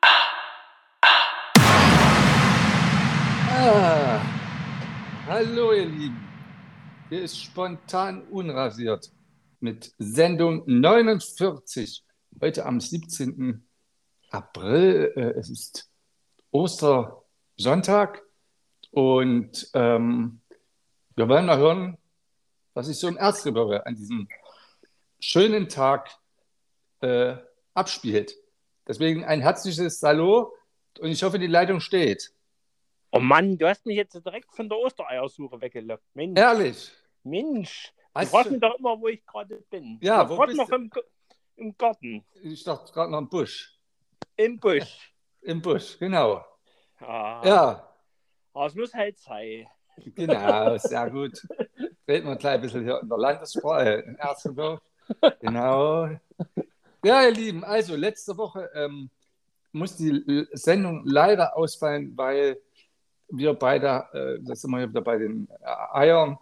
Ah. Hallo ihr Lieben. Hier ist spontan unrasiert mit Sendung 49. Heute am 17. April. Äh, es ist Ostersonntag und ähm, wir wollen mal hören, was sich so im Erzgebirge an diesem schönen Tag äh, abspielt. Deswegen ein herzliches Hallo und ich hoffe, die Leitung steht. Oh Mann, du hast mich jetzt direkt von der Ostereiersuche weggelockt. Mensch, Ehrlich? Mensch. Du Hast fragst du- mich doch immer, wo ich gerade bin. Ja, ich wo war bist noch du? im, G- im Garten, Ich dachte gerade noch im Busch. im Busch. Im Busch, genau. Ah, Ja, Aber es muss halt sein. genau, sehr gut. Reden wir gleich ein bisschen hier in der äh, Landessprache, in Erzgebirge. Genau. Ja, ihr Lieben, also letzte Woche ähm, muss die L- Sendung leider ausfallen, weil wir beide, äh, das sind wir ja wieder bei den äh, Eiern,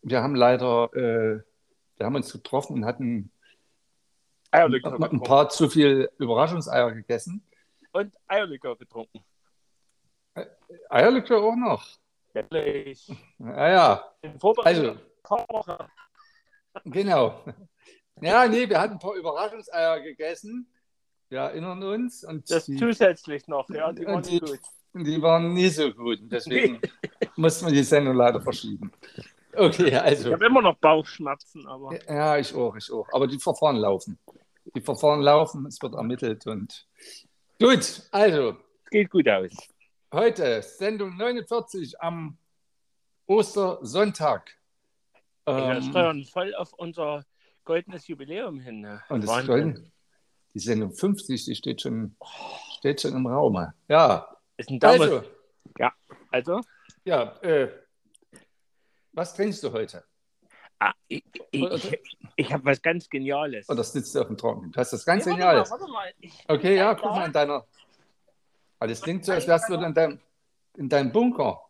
wir haben leider, äh, wir haben uns getroffen und hatten Eierlikör ein getrunken. paar zu viel Überraschungseier gegessen. Und Eierlikör getrunken. Eierlikör auch noch. Natürlich. Ja, ja. In Vorbereitung Also, auf ein paar Wochen. genau. Ja, nee, wir hatten ein paar Überraschungseier gegessen. Wir erinnern uns. Und Das die, zusätzlich noch, ja, die Und waren die- gut. die waren nie so gut. Und Deswegen mussten wir die Sendung leider verschieben. Okay, Ich also. habe immer noch Bauchschmerzen, aber Ja, ich auch, ich auch. Aber die Verfahren laufen. Die Verfahren laufen, es wird ermittelt und. Gut, also, es geht gut aus. heute Sendung 49 am Ostersonntag. wir Ähm, steuern voll auf unser goldenes Jubiläum hin. ne? Und das Wahnsinn. Goldene, die Sendung 50, die steht schon, steht schon im Raum. Ja, Ist ein damals, also. also, also ja, äh, was trinkst du heute? ah, ich, ich, ich, ich habe was ganz Geniales. Oder sitzt du auf dem Trockenen? Du hast das ganz Nee, warte genial. mal, warte mal. Ich, Okay, ja, Ja, guck da. mal an deiner. Aber das klingt so, als wärst du in deinem, in deinem Bunker,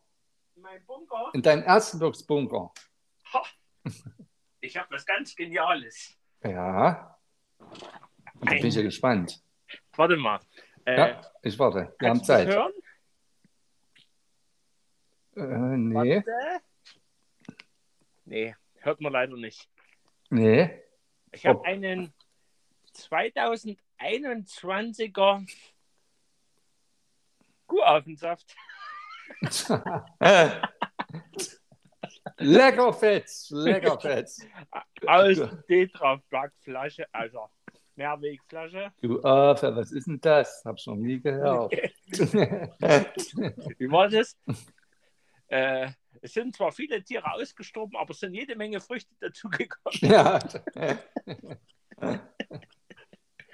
mein Bunker, in deinem Erzgebirgsbunker. ich habe was ganz Geniales. Ja. Und da bin ich ja gespannt. Warte mal. Äh, Ja, ich warte. Wir haben kannst du das Zeit. Hören? Äh, nee, Warte. Nee, hört man leider nicht. nee. Ich habe Oh. einen 2021er Kuhafensaft. lecker Fetz, lecker Fetz. aus Ja. Tetra-Pack-Flasche, also Mehrwegflasche. Du Affe, was ist denn das? Hab's noch nie gehört. Wie war das? äh, es sind zwar viele Tiere ausgestorben, aber es sind jede Menge Früchte dazugekommen. ja.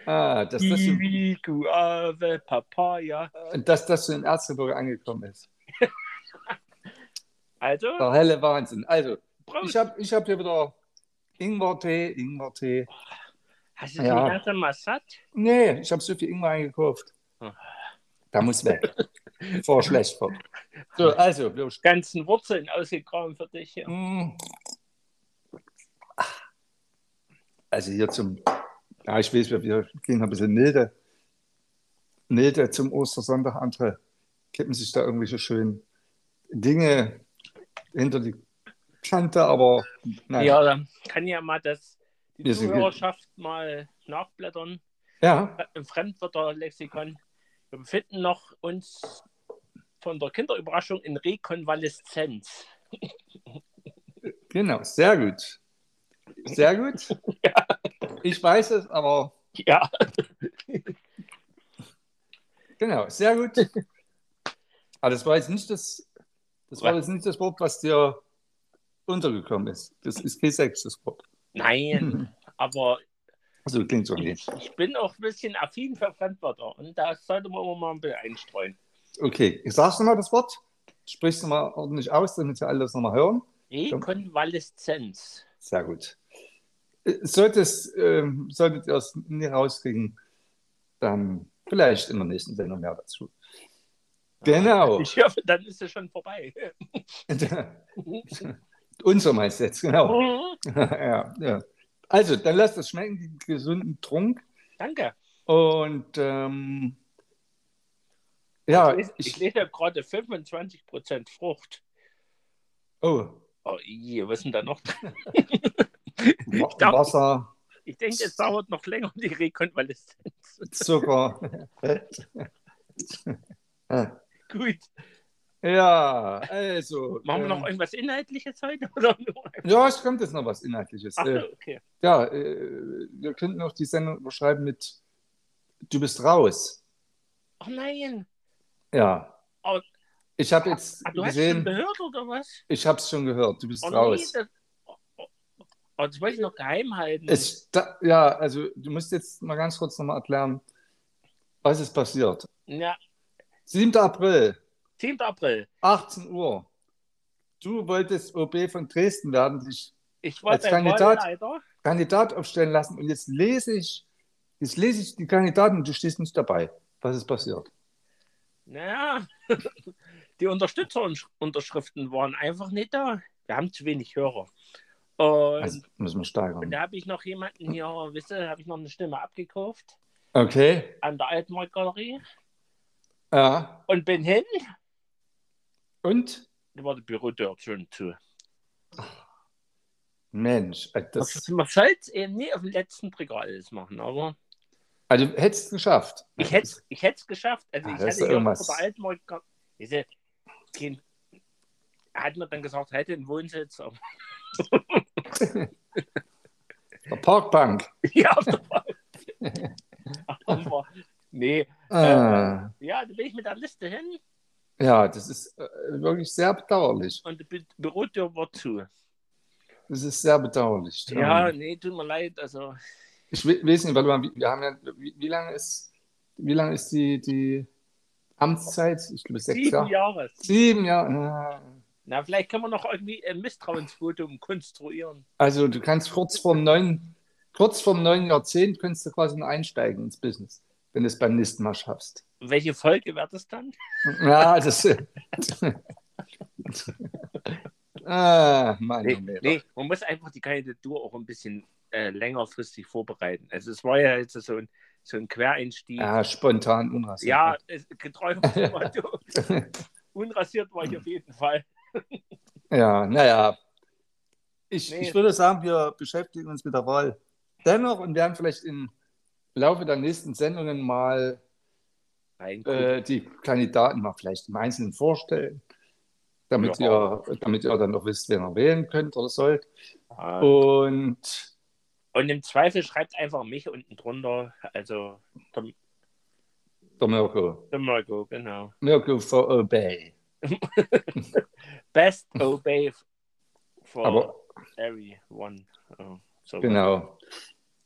ah, dass das, so, Kiwi, Guave, Papaya. dass das so in Erzgebirge angekommen ist. Also, Der helle Wahnsinn. Also, ich Prost. habe ich hab hier wieder Ingwertee, Ingwertee. Hast du Ja. ja. langsam mal satt? Nee, ich habe so viel Ingwer eingekauft. Da muss weg. Vor schlecht wird. So, also, wir Die ganzen Wurzeln ausgegraben für dich. hier. Mm. Also hier zum, ja, ich weiß, wir- wir gehen ein bisschen milde, milde zum Ostersonntag. Andere kippen sich da irgendwelche schönen Dinge hinter die Kante, aber nein. Ja, dann kann ja mal das, die Wir sind gut. Zuhörerschaft mal nachblättern ja, im Fremdwörterlexikon. Wir befinden noch uns von der Kinderüberraschung in Rekonvaleszenz. genau, sehr gut. Sehr gut. Ich weiß es, aber Ja, genau, sehr gut. Aber das war jetzt nicht das, das, war jetzt nicht das Wort, was dir untergekommen ist. Das ist kein sechstes Wort. Hm. nein, aber Also klingt so nicht. ich, ich bin auch ein bisschen affin für Fremdwörter und da sollte man immer mal ein bisschen einstreuen. Okay, sagst du mal das Wort? Sprichst du mal ordentlich aus, damit wir alle das nochmal hören? Rekonvaleszenz. Sehr gut. Äh, Solltest, ähm, solltet ihr es nie rauskriegen, dann vielleicht in der nächsten Sendung mehr dazu. Genau. Ich hoffe, dann ist es schon vorbei. Unser meinst du jetzt, genau. ja, ja. Also, dann lasst es schmecken, den gesunden Trunk. Danke. Und ähm, ja, ich, ich lese ja gerade 25% Frucht. Oh, Oh, je, was ist denn da noch? Wa- glaub- Wasser, Ich denke, es dauert noch länger, die Rekonvaleszenz. Zucker. Gut. ja, also. Machen wir noch ähm, irgendwas Inhaltliches heute? Oder nur ein- Ja, es kommt jetzt noch was Inhaltliches. Ach, Äh, so, okay. ja, äh, wir könnten auch die Sendung überschreiben mit Du bist raus. Oh nein. Ja. Oh. Ich habe jetzt Ah, du hast schon gesehen, gehört oder was? ich habe es schon gehört, du bist Oh, nee, raus. das, oh, oh, oh, das wollte ich noch geheim halten. Es, sta- ja, also du musst jetzt mal ganz kurz nochmal erklären, was ist passiert. ja, 7. April, 10. April. 18 Uhr. Du wolltest OB von Dresden werden, dich Ich Als war beim Kandidat? Wahlleiter. Kandidat aufstellen lassen und jetzt lese ich, jetzt lese ich die Kandidaten und du stehst nicht dabei. Was ist passiert? Naja, die Unterstützerunterschriften waren einfach nicht da. Wir haben zu wenig Hörer. Und Das Also, müssen wir Und steigern. da habe ich noch jemanden hier, wisst ihr, da habe ich noch eine Stimme abgekauft Okay, an der Altmarkt-Galerie ja. und bin hin. Und? Da war die Bürotür schon zu. Mensch, äh, das, Das, man sollte es eben nie auf dem letzten Trigger alles machen, aber also hättest du geschafft. ich hätte es ich hätt's geschafft. Also Ah, ich das ist hatte hier irgendwas. vor der Altmarkt-Galerie. diese- kein- Er hat mir dann gesagt, er hätte einen Wohnsitz. aber- Der Parkbank. ja, aber, aber nee. Ah, Ja, da bin ich mit der Liste hin ja, das ist äh, wirklich sehr bedauerlich. und die Bü- Bürotür war zu. Das ist sehr bedauerlich. Ja, Ähm, nee, tut mir leid. Also Ich we- weiß nicht, weil wir, wir haben ja, wie, wie lange ist, wie lange ist die, die Amtszeit? Ich glaube sechs sieben Jahre. Jahre. Sieben Jahre. Ah. Na, vielleicht können wir noch irgendwie ein Misstrauensvotum konstruieren. Also du kannst kurz vorm neuen, kurz vorm neuen Jahrzehnt kannst du quasi noch einsteigen ins Business, wenn du es beim nächsten Mal schaffst. Welche Folge wird das dann? Ja, das. ah, Mann. Nee, oh Mann. nee, man muss einfach die Kandidatur auch ein bisschen äh, längerfristig vorbereiten. Also es war ja jetzt so ein, so ein Quereinstieg. Ja, Ja, Ah, spontan unrasiert. es- getreu dem Motto. Unrasiert war ich auf jeden Fall. Ja, naja. Ich, Nee. ich würde sagen, wir beschäftigen uns mit der Wahl dennoch und werden vielleicht im Laufe der nächsten Sendungen mal Nein, gut. äh, die Kandidaten mal vielleicht im Einzelnen vorstellen, damit, Ja. ihr, damit ihr dann auch wisst, wen ihr wählen könnt oder sollt. Ah. Und Und im Zweifel schreibt einfach mich unten drunter. Also der, der Mirko. der Mirko, genau. Mirko for Obey. Best Obey for Aber everyone. Oh, so. genau.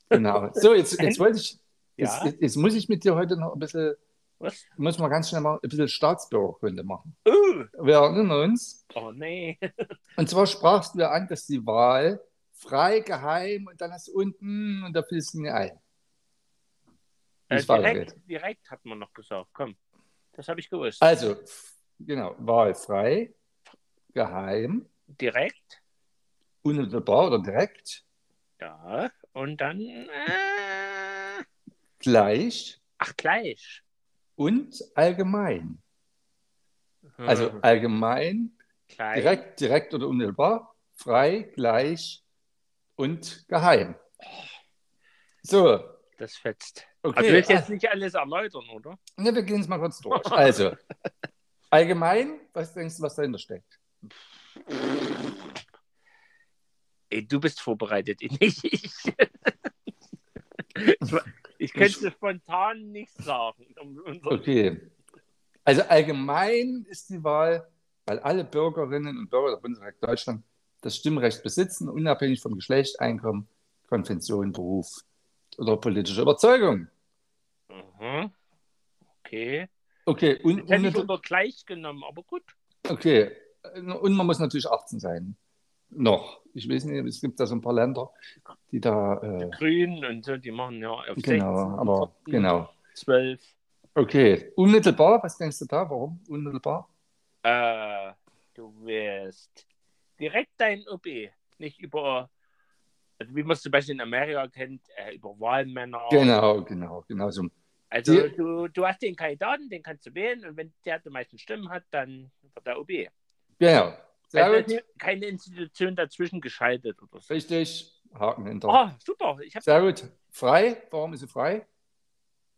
Genau. So, jetzt, jetzt wollte ich. Jetzt, Ja, jetzt muss ich mit dir heute noch ein bisschen, was? muss man ganz schnell mal ein bisschen Staatsbürgerkunde machen. Uh, Wir erinnern uns, oh nee. Und zwar sprachst du ja an, dass die Wahl frei, geheim und dann hast du unten hm, und da fielst du mir ein. Wie Äh, es weitergeht. direkt, direkt hat man noch gesagt, komm. Das habe ich gewusst. Also, f- genau, Wahl frei, geheim, direkt, unmittelbar oder direkt, ja. Und dann. Äh, gleich ach, gleich. und allgemein. Hm, Also allgemein, gleich. direkt, direkt oder unmittelbar, frei, gleich und geheim. So, Das fetzt. Also, du okay. Ah. willst jetzt nicht alles erläutern, oder? Ne, wir gehen es mal kurz durch. Also, allgemein, was denkst du, was dahinter steckt? Ey, du bist vorbereitet, ich nicht. Ich, ich könnte spontan nichts sagen. Um, unser- Okay. Also allgemein ist die Wahl, weil alle Bürgerinnen und Bürger der Bundesrepublik Deutschland das Stimmrecht besitzen, unabhängig vom Geschlecht, Einkommen, Konvention, Beruf oder politischer Überzeugung. Mhm. Okay. Okay, und, Das hätte ich und, unter gleich genommen, aber gut. okay. und man muss natürlich 18 sein. Noch. Ich weiß nicht, es gibt da so ein paar Länder, die da. Äh, Grün und so, die machen ja auf genau, 16, aber 14, genau. 12. Okay, unmittelbar, was denkst du da? Warum unmittelbar? Äh, du wirst direkt dein OB, nicht über, also wie man es zum Beispiel in Amerika kennt, äh, über Wahlmänner. Genau, genau, genau so. Also Die- du, du hast den Kandidaten, den kannst du wählen und wenn der die meisten Stimmen hat, dann wird der OB. Genau, glaube, Also keine Institution dazwischen geschaltet oder so. richtig, Haken hinter. Ah, super. Ich habe Sehr gut. Frei, warum ist sie frei?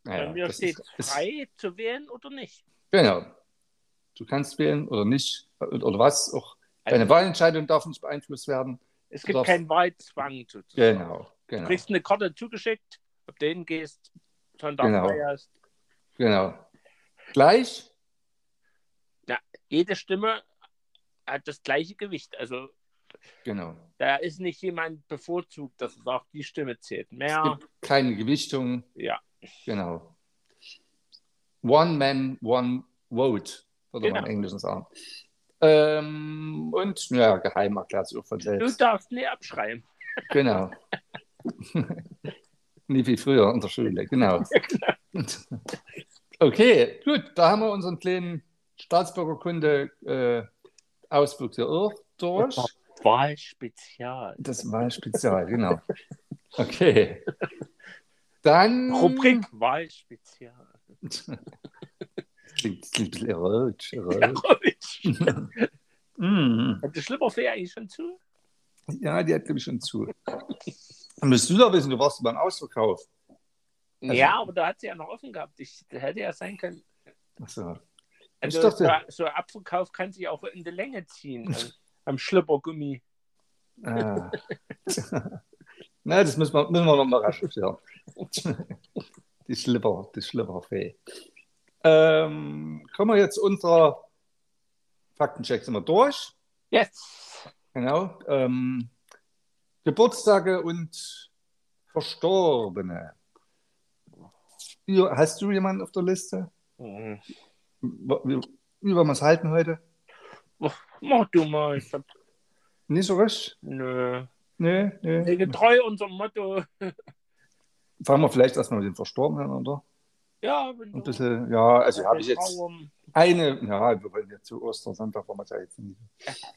bei mir das steht ist- frei zu wählen oder nicht. Genau. Du kannst wählen oder nicht und- oder was. Auch Also, deine Wahlentscheidung darf nicht beeinflusst werden. es gibt darf- keinen Wahlzwang sozusagen. Genau, Du genau, kriegst eine Karte zugeschickt, ob du hingehst, Sonntag Genau. feierst. genau. Gleich? Jede Stimme hat das gleiche Gewicht. Also Genau. da ist nicht jemand bevorzugt, dass er sagt, die Stimme zählt mehr. Keine Gewichtung. Ja. Genau. One man, one vote, würde man Genau. im Englischen sagen. Ähm, und ja, geheim erklärt sich auch von Du selbst. darfst nie abschreiben. Genau. Nie wie früher in der Schule, genau. okay, gut, da haben wir unseren kleinen äh, Staatsbürgerkunde-Ausflug hier auch durch. Wahlspezial. Das war spezial, genau. Okay. Dann. Rubrik Wahlspezial. Klingt, klingt ein bisschen erotisch. Ja, erotisch. Robin. Mm. Hat die Schlüpperfee eigentlich schon zu? Ja, die hat, glaube ich, schon zu. Müsst du doch wissen, du warst beim Ausverkauf. Also- ja, aber da hat sie ja noch offen gehabt. Ich hätte ja sein können. Achso. Also, dachte- so- so ein Abverkauf kann sich auch in die Länge ziehen. Am, am Schlüppergummi. Ah. Na, das müssen wir, müssen wir noch mal recherchieren. Die Schlipper, die Schlipperfee. Ähm, kommen wir jetzt unter Faktencheck sind wir durch. Yes! Genau. Ähm, Geburtstage und Verstorbene. Jo, Hast du jemanden auf der Liste? Mhm. Wo- wie- Wie wollen wir es halten heute? Mach du mal. Ich hab, Nicht so richtig? nö. Nee, Nee, nee. Getreu unserem Motto. Fangen wir vielleicht erstmal mit den Verstorbenen an, oder? Ja, wenn Ein bisschen, ja, also habe ich jetzt Trauer- eine, ja, also, wir wollen jetzt zu Ostersonntag, wollen wir es ja jetzt nicht.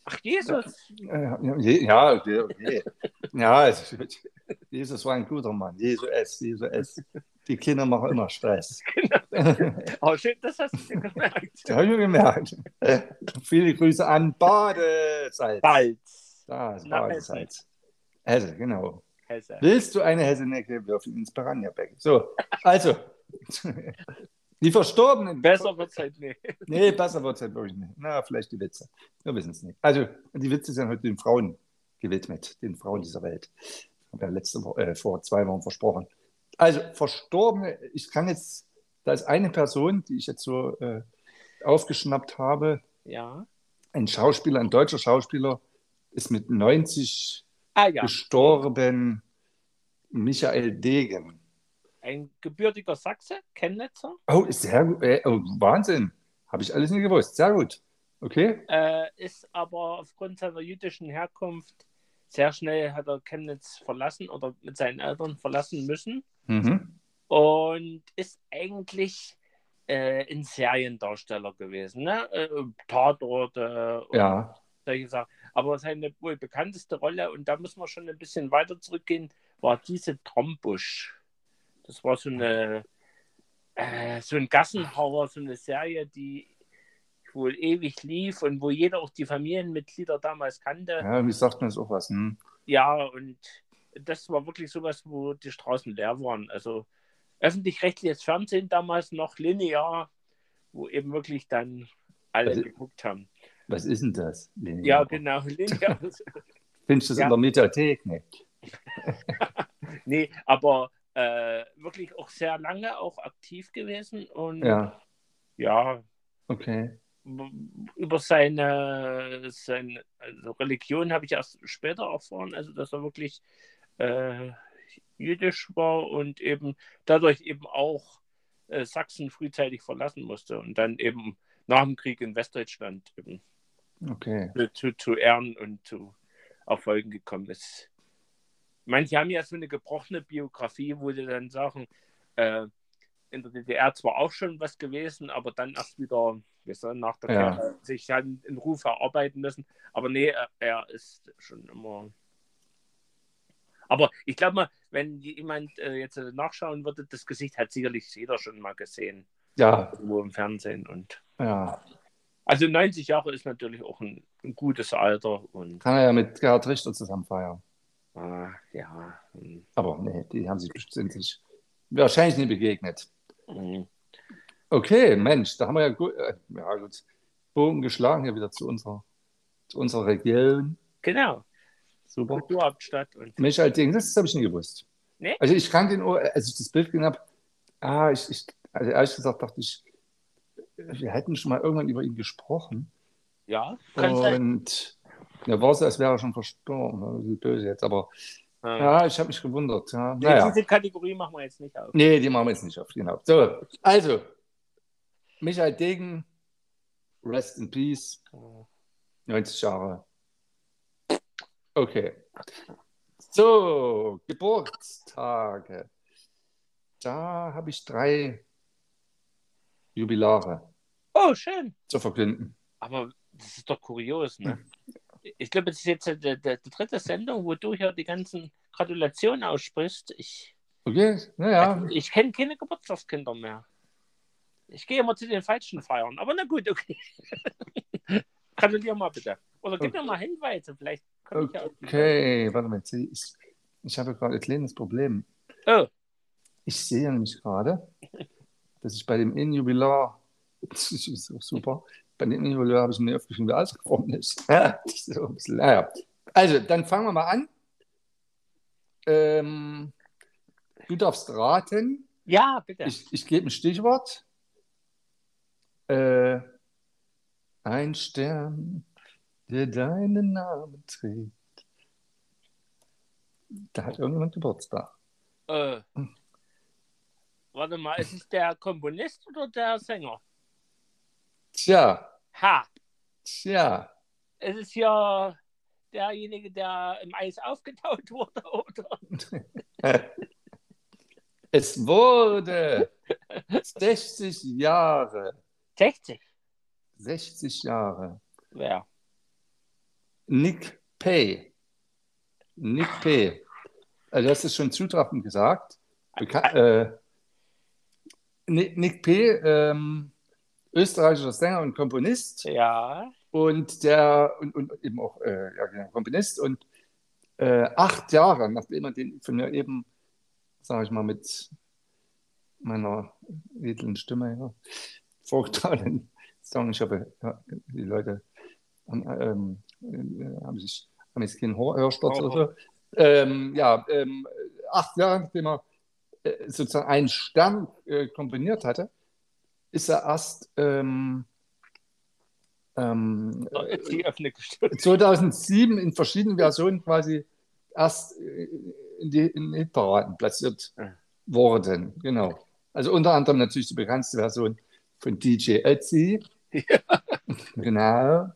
Ach, Jesus. Äh, Ja, okay, okay. ja, also, Jesus war ein guter Mann. Jesus, Jesus. Die Kinder machen immer Stress. Oh, schön, das hast du dir gemerkt. Das habe ich mir gemerkt. Viele Grüße an Badesalz. Salz. Da ist Nach Badesalz. Hesse, genau. Hesse. Willst du eine Hessenecke, wirf ihn ins Piranha-Becken. So, also. Die Verstorbenen. Besser wird's halt nicht. Nee, besser wird es halt wirklich nicht. Na, vielleicht die Witze. Wir wissen es nicht. Also, die Witze sind heute den Frauen gewidmet, den Frauen dieser Welt. Haben wir letzte Woche, äh, vor zwei Wochen versprochen. Also, Verstorbene, ich kann jetzt, da ist eine Person, die ich jetzt so äh, aufgeschnappt habe, Ja. ein Schauspieler, ein deutscher Schauspieler, ist mit 90 Ah ja, gestorben, Michael Degen. ein gebürtiger Sachse, Chemnitzer. Oh, ist sehr gut. Äh, oh, Wahnsinn. Habe ich alles nicht gewusst. Sehr gut. Okay. äh, ist aber aufgrund seiner jüdischen Herkunft sehr schnell hat er Chemnitz verlassen oder mit seinen Eltern verlassen müssen Mhm. und ist eigentlich äh, ein Seriendarsteller gewesen, ne? äh, Tatorte und Ja. solche Sachen. Aber seine wohl bekannteste Rolle, und da müssen wir schon ein bisschen weiter zurückgehen, war diese Trombusch. Das war so eine äh, so ein Gassenhauer, so eine Serie, die wohl ewig lief und wo jeder auch die Familienmitglieder damals kannte. Ja, wie sagt man das auch was? Hm? Ja, und das war wirklich sowas, wo die Straßen leer waren. Also öffentlich-rechtliches Fernsehen damals noch linear, wo eben wirklich dann alle Also- geguckt haben. Was ist denn das? Ja, genau, linear. Findest du das Ja. in der Mediathek? Nee. Nee, aber äh, wirklich auch sehr lange auch aktiv gewesen und ja, Ja, okay. w- über seine, seine also Religion habe ich erst später erfahren, also dass er wirklich äh, jüdisch war und eben dadurch eben auch äh, Sachsen frühzeitig verlassen musste und dann eben nach dem Krieg in Westdeutschland eben Okay. zu, zu Ehren und zu Erfolgen gekommen ist. Manche haben ja so eine gebrochene Biografie, wo sie dann sagen, äh, in der DDR zwar auch schon was gewesen, aber dann erst wieder wie soll, nach der Ja. Kehre sich dann in Ruf erarbeiten müssen. Aber nee, er, er ist schon immer. Aber ich glaube mal, wenn jemand äh, jetzt äh, nachschauen würde, das Gesicht hat sicherlich jeder schon mal gesehen, Ja, irgendwo im Fernsehen und ja. Also 90 Jahre ist natürlich auch ein, ein gutes Alter und Kann er ja mit Gerhard Richter zusammen feiern. ah, ja. hm, Aber nee, die haben sich bestimmt sich wahrscheinlich nie begegnet. hm. Okay, Mensch, da haben wir ja gut, äh, ja gut Bogen geschlagen hier wieder zu unserer, zu unserer Region. Genau. Super. Kulturhauptstadt und Michael Ding, das habe ich nie gewusst. Nee? Also ich kannte ihn, nur, als ich das Bild gesehen habe, ah, ich, ich, also ehrlich gesagt dachte ich, wir hätten schon mal irgendwann über ihn gesprochen. Oh, ja, kann sein. Und ja, war so, als wäre er schon verstorben. Das ist böse jetzt, aber Ah. ja, ich habe mich gewundert. Ja. Nee, Naja. Diese Kategorie machen wir jetzt nicht auf. Nee, die machen wir jetzt nicht auf, genau. So, also, Michael Degen, Rest in Peace, 90 Jahre. Okay. So, Geburtstage. Da habe ich drei Jubilare Oh, schön. zu verkünden. Aber das ist doch kurios, Hm. ne? Ich glaube, das ist jetzt äh, der, der, der dritte Sendung, wo du hier die ganzen Gratulationen aussprichst. Ich, Okay, naja. also, ich kenne keine Geburtstagskinder mehr. Ich gehe immer zu den falschen Feiern. Aber na gut, okay. Gratulier mal bitte. Oder gib mir mal Hinweise, vielleicht komme ich ja auf die- Okay, warte mal. Ich, ich habe gerade ein kleines Problem. Oh, Ich sehe nämlich gerade, dass ich bei dem Injubilar, das ist auch super, bei dem Injubilar habe ich mir aufgeschrieben, wer alles geworden ist. Ja, das ist auch ein bisschen, naja. Also, dann fangen wir mal an. Ähm, du darfst raten. ja, bitte. Ich, ich gebe ein Stichwort. Äh, ein Stern, der deinen Namen trägt. Da hat irgendjemand Geburtstag. Äh, warte mal, ist es der Komponist oder der Sänger? Tja, Ha! tja. Es ist ja derjenige, der im Eis aufgetaut wurde, oder? Es wurde 60 Jahre, 60. 60 Jahre. Ja. Nick Pay. Nick Pay. Also das ist schon zutreffend gesagt. Beka äh, Ni- Nick P., ähm, österreichischer Sänger und Komponist Ja. und der und, und eben auch äh, ja, genau, Komponist und äh, acht Jahre, nachdem er den von mir eben, sage ich mal, mit meiner edlen Stimme ja, vorgetragenen Song, ich hoffe, ja, die Leute haben, ähm, äh, haben sich haben jetzt keinen Hör- Hörsturz Oh, oh. oder so. Ähm, ja, ähm, acht Jahre, nachdem er äh, sozusagen einen Stern äh, komponiert hatte, ist er erst ähm, ähm, So, Jetzt die öffentliche Stimme. 2007 in verschiedenen Versionen quasi erst äh, in die in den Hitparaden platziert Ja. worden. Genau. Also unter anderem natürlich die bekannteste Version von DJ Ötzi. Genau.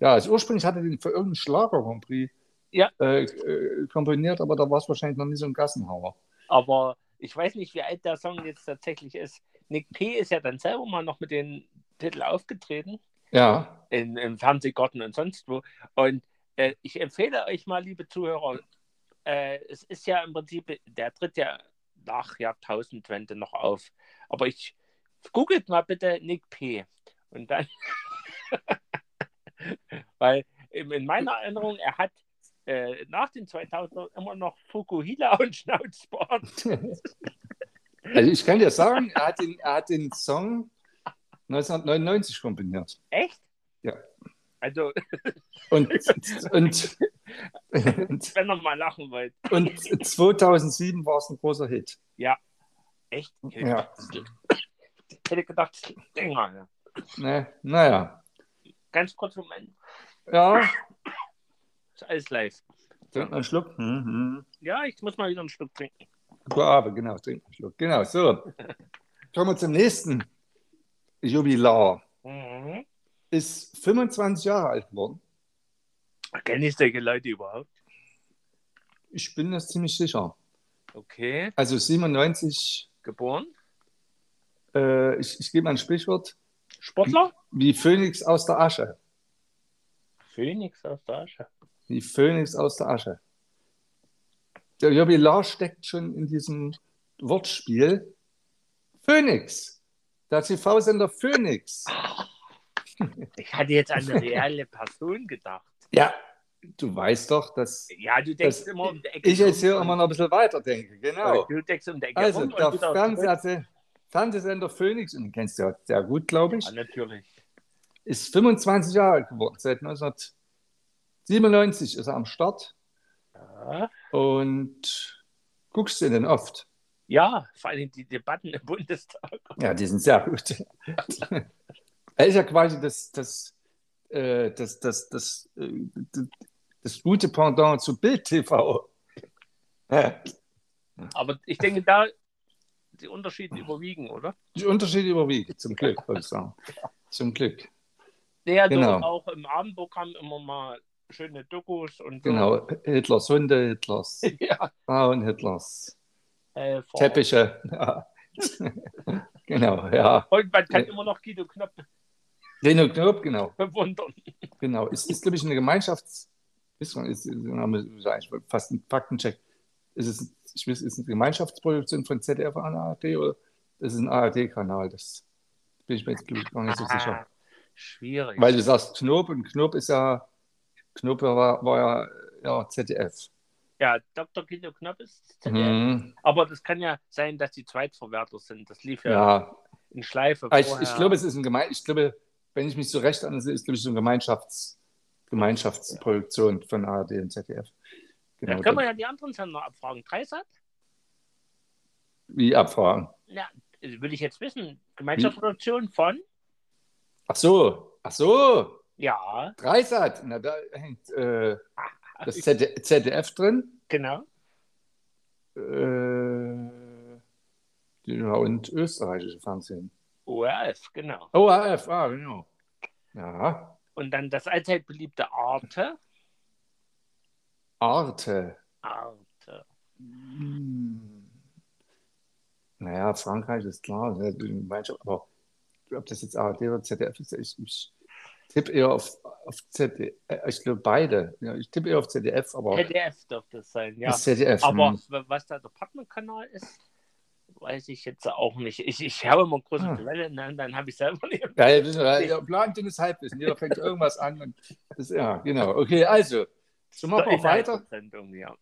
Ja, also ursprünglich hatte den für irgendeinen Schlager Grand Prix Ja. äh, äh, komponiert, aber da war es wahrscheinlich noch nicht so ein Gassenhauer. Aber ich weiß nicht, wie alt der Song jetzt tatsächlich ist. Nick P. ist ja dann selber mal noch mit dem Titel aufgetreten. Ja, in, im Fernsehgarten und sonst wo. Und äh, ich empfehle euch mal, liebe Zuhörer, äh, es ist ja im Prinzip, der tritt ja nach Jahrtausendwende noch auf. Aber ich googelt mal bitte Nick P. Und dann, weil in in meiner Erinnerung, er hat äh, nach den 2000ern immer noch Fukuhila und Schnauzbart. also ich kann dir sagen, er hat den, er hat den Song 1999 komponiert. Echt? Ja. Also, Und, und, und wenn ihr mal lachen wollt. Und 2007 war es ein großer Hit. Echt? Ich Ja. hätte gedacht, länger. Ne? Naja. Ganz kurz Moment. Ja, Ist alles live. trink mal einen Schluck. Mhm. Ja, ich muss mal wieder ein Stück trinken. Guten Abend, genau, trink mal einen Schluck. Genau, so. Kommen wir zum nächsten Jubilar. Mhm. Ist 25 Jahre alt geworden. Kenne ich solche Leute überhaupt? Ich bin das ziemlich sicher. Okay, Also 97, geboren. äh, ich, ich gebe mal ein Sprichwort, Sportler? wie Phönix aus der Asche. Phoenix aus der Asche. Wie Phönix aus der Asche. Der Jubilar steckt schon in diesem Wortspiel Phönix. Der TV-Sender Phönix. Ich hatte jetzt an eine reelle Person gedacht. Ja, du weißt doch, dass Ja, du denkst Das- immer um die Ecke. ich jetzt hier rum immer und- noch ein bisschen weiter denke. Genau. Du denkst um die Ecke Also, rum und der wieder zurück. Fernseh- Fernsehsender Phoenix, und den kennst du ja sehr gut, glaube ich, Ja, natürlich. ist 25 Jahre alt geworden. Seit 1997 ist er am Start Ja. und guckst du den oft. ja, vor allem die Debatten im Bundestag. Ja, die sind sehr gut. er ist ja quasi das, das, äh, das, das, das, äh, das, das gute Pendant zu Bild TV. Aber ich denke, da die Unterschiede überwiegen, oder? Die Unterschiede überwiegen, zum Glück, würde ich sagen. Zum Glück. Der Genau. genau. auch im Abendprogramm immer mal schöne Dokus und so. Genau, Hitlers Hunde, Hitlers Ja, Frauen, Hitlers äh, Oh. vor- Teppiche. Ja. genau, ja. Und man kann Ja. immer noch Guido Knopf Leno Knob, genau. bewundern. genau. Ist, ist glaube ich, eine Gemeinschafts... Ist, ist, ist, ist eigentlich fast ein Faktencheck. Ist es ich weiß, ist es eine Gemeinschaftsproduktion von ZDF und ARD oder das ist ein ARD-Kanal? Das bin ich mir jetzt glaub ich, gar nicht so sicher. Ah, schwierig. Weil du sagst Knob und Knob ist ja, Knob war, war ja, ja ZDF. ja, Dr. Guido Knopf ist. Mhm. Aber das kann ja sein, dass die Zweitverwerter sind. Das lief ja, Ja, in Schleife. Aber ich, genau. vorher. ich glaube, es ist ein Geme ich glaube, wenn ich mich so recht erinnere, ist glaube ich so eine Gemeinschafts Gemeinschaftsproduktion von ARD und ZDF. Dann Genau, können wir ja die anderen Sender abfragen. Dreisat? wie abfahren. Ja, also will ich jetzt Hm. wissen. Gemeinschaftsproduktion von? Ach so, ach so, Ja, Dreisat. Na, da hängt äh, das ZD ZDF drin. genau. Äh, ja, und österreichische Fernsehen. ORF, genau. ORF, ah, genau. Ja, Und dann das allzeit beliebte Arte. Arte. Arte. Hm. Naja, Frankreich ist klar, ne, die Gemeinschaft, aber ob das jetzt ARD oder ZDF ist, ich, ich tippe eher auf, auf ZDF, ich glaube beide. Ja, ich tippe eher auf ZDF, aber ZDF dürfte es sein, ja. das ZDF. Aber hm. w- was da der Partnerkanal ist, weiß ich jetzt auch nicht. Ich, ich habe immer große Ah. Duelle, ne? dann habe ich selber nicht. Ja, ja, wissen wir, ja, Plan, dünnes Halbwissen, jeder fängt irgendwas an. Und das, ja, genau. Okay, also, so machen wir Inhalt weiter. der Sendung, ja.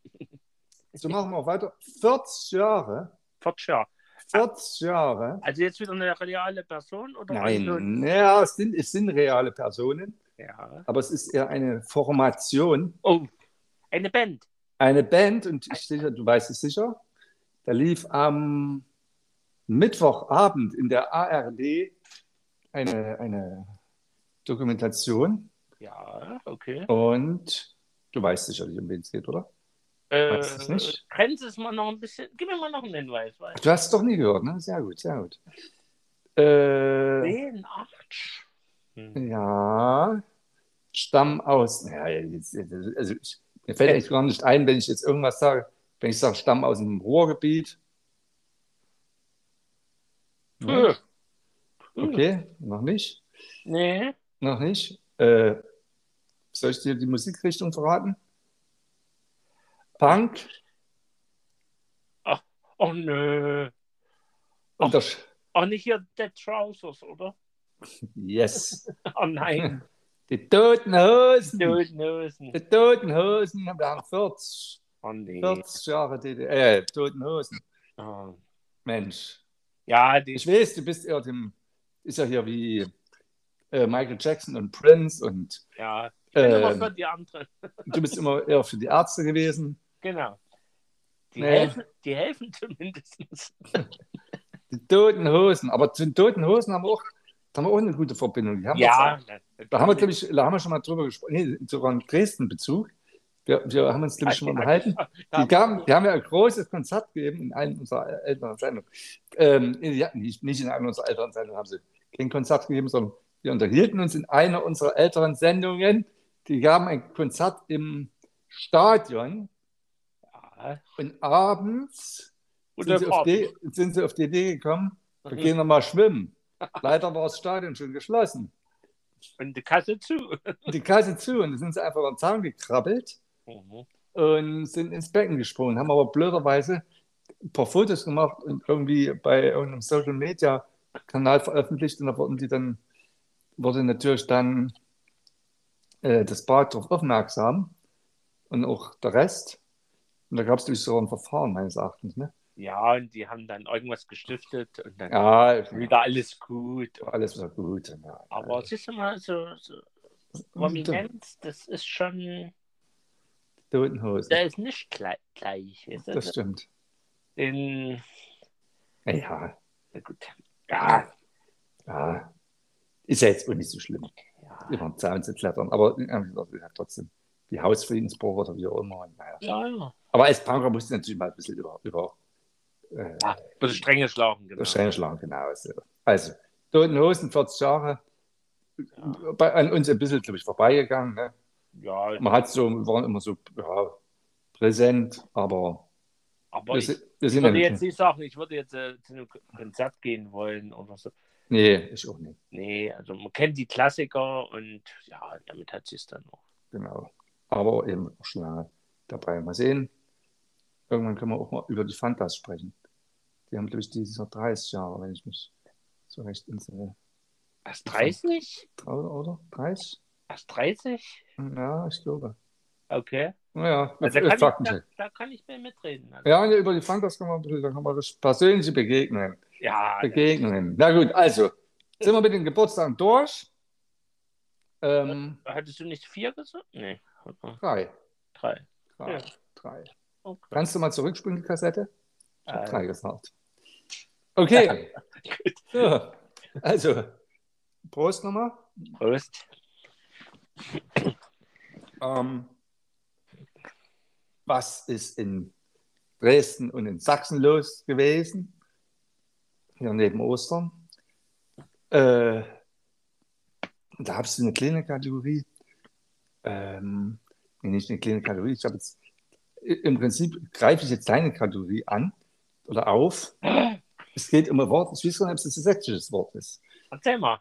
So machen wir weiter. 40 Jahre, Fort, ja. 40 Jahre. Also jetzt wieder eine reale Person oder? so ein- Nein, ja, es sind, es sind reale Personen, Ja. aber es ist eher eine Formation, Oh, eine Band. eine Band, und ich sicher, du weißt es sicher, da lief am Mittwochabend in der ARD eine, eine Dokumentation Ja, okay. und du weißt sicherlich, um wen es geht, oder? Äh, Weiß ich nicht. Grenze ist mal noch ein bisschen. Gib mir mal noch einen Hinweis. Weil... Du hast es doch nie gehört, ne? Sehr gut, sehr gut. Äh, Den Arsch. Hm. ja, Stamm aus, ja, jetzt, jetzt- also ich, mir fällt echt gar nicht ein, wenn ich jetzt irgendwas sage, wenn ich sage, Stamm aus dem Ruhrgebiet. Ne? Äh, Okay, noch nicht. Nee. Noch nicht. Äh, soll ich dir die Musikrichtung verraten? Punk? Oh nö. Und das Auch nicht hier Dead Trousers, oder? yes. Oh nein. Die Toten Hosen. Döden Hosen. Die Toten Hosen waren 40, Oh nee. 40 Jahre DDR. Äh, Toten Hosen. Oh. Mensch. Ja, die Ich weiß, du bist eher dem, ist ja hier wie äh, Michael Jackson und Prince und ja. Ich bin immer für äh, die anderen. du bist immer eher für die Ärzte gewesen. Genau. Die, Nee. helfen, die helfen zumindest. Die Toten Hosen. Aber zu den Toten Hosen haben wir auch, da haben wir auch eine gute Verbindung. Die haben Ja, Da haben wir, glaube ich, da haben wir schon mal drüber gesprochen, nee, sogar einen Dresden-Bezug. Wir, wir haben uns, glaube ich, schon mal unterhalten. Die, gaben, die haben ja ein großes Konzert gegeben in einem unserer älteren Sendungen. Ähm, ja, nicht, nicht in einer unserer älteren Sendungen haben sie kein Konzert gegeben, sondern wir unterhielten uns in einer unserer älteren Sendungen. Die gaben ein Konzert im Stadion Ja. und abends Gute sind sie, auf Fahrt. die, sind sie auf die Idee gekommen, Mhm. wir gehen nochmal schwimmen. Leider war das Stadion schon geschlossen. Und die Kasse zu. die Kasse zu und dann sind sie einfach über den Zaun gekrabbelt Mhm. und sind ins Becken gesprungen, haben aber blöderweise ein paar Fotos gemacht und irgendwie bei irgendeinem Social Media Kanal veröffentlicht und da wurden die dann, wurde natürlich dann äh, das Bad darauf aufmerksam und auch der Rest. Und da gab es durch so ein Verfahren meines Erachtens. Ne? Ja, und die haben dann irgendwas gestiftet und dann Ja, wieder alles gut. alles war gut. Ja. Aber es ist immer so, so Prominenz, das ist schon, da Totenhose. ist nicht gleich. gleich weißt du? Das stimmt. In, Ja, na gut. Ja, ja. Ist ja jetzt auch nicht so schlimm, ja. über den Zaun zu klettern. Aber äh, das ist ja trotzdem die Hausfriedensbruch oder wie auch immer. Naja. Ja, ja. Aber als Punker musst du natürlich mal ein bisschen über, über äh, ja. Wurde streng geschlagen, genau. Wahrscheinlich lang, genau. Also, also Toten Hosen, 40 Jahre, bei, an uns ein bisschen, glaube ich, vorbeigegangen. Ne? Ja, Man hat so, wir waren immer so ja, präsent, aber aber wir, ich, sind- wir sind würde ja jetzt nicht. nicht sagen, ich würde jetzt äh, zu einem Konzert gehen wollen oder so. Nee, ich auch nicht, Nee, also man kennt die Klassiker und ja, damit hat sie es dann auch. genau. Aber eben auch schon lange dabei. Mal sehen. Irgendwann können wir auch mal über die Fantas sprechen. Die haben, glaube ich, dieses Jahr 30 Jahre, wenn ich mich so recht entsinne. Erst 30? Drei- Oder? 30? Erst 30? Ja, ich glaube. Okay. Naja, Also da, ich äh, frag kann mich ich, nicht. da, da kann ich mir mitreden. Also, Ja, ne, über die Fantas kann man ein bisschen, da kann man das persönliche Begegnungen. ja, Begegnungen. Na gut, also, sind wir mit den Geburtstagen durch? Ähm, äh, hattest du nicht vier gesagt? Nee, oder? drei. drei. Drei. Ja. drei. Okay. Kannst du mal zurückspringen, die Kassette? Ich hab Äh, drei gesagt. Okay. Gut. ja. Also, Prost nochmal. Prost. Ähm, was ist in Dresden und in Sachsen los gewesen? Hier neben Ostern. Äh, da habe ich so eine kleine Kategorie. Ähm, nee, nicht eine kleine Kategorie. Ich habe jetzt i- im Prinzip greife ich jetzt deine Kategorie an oder auf. Es geht um ein Wort. Ich weiß gar nicht, ob es ein sächsisches Wort ist. Erzähl mal.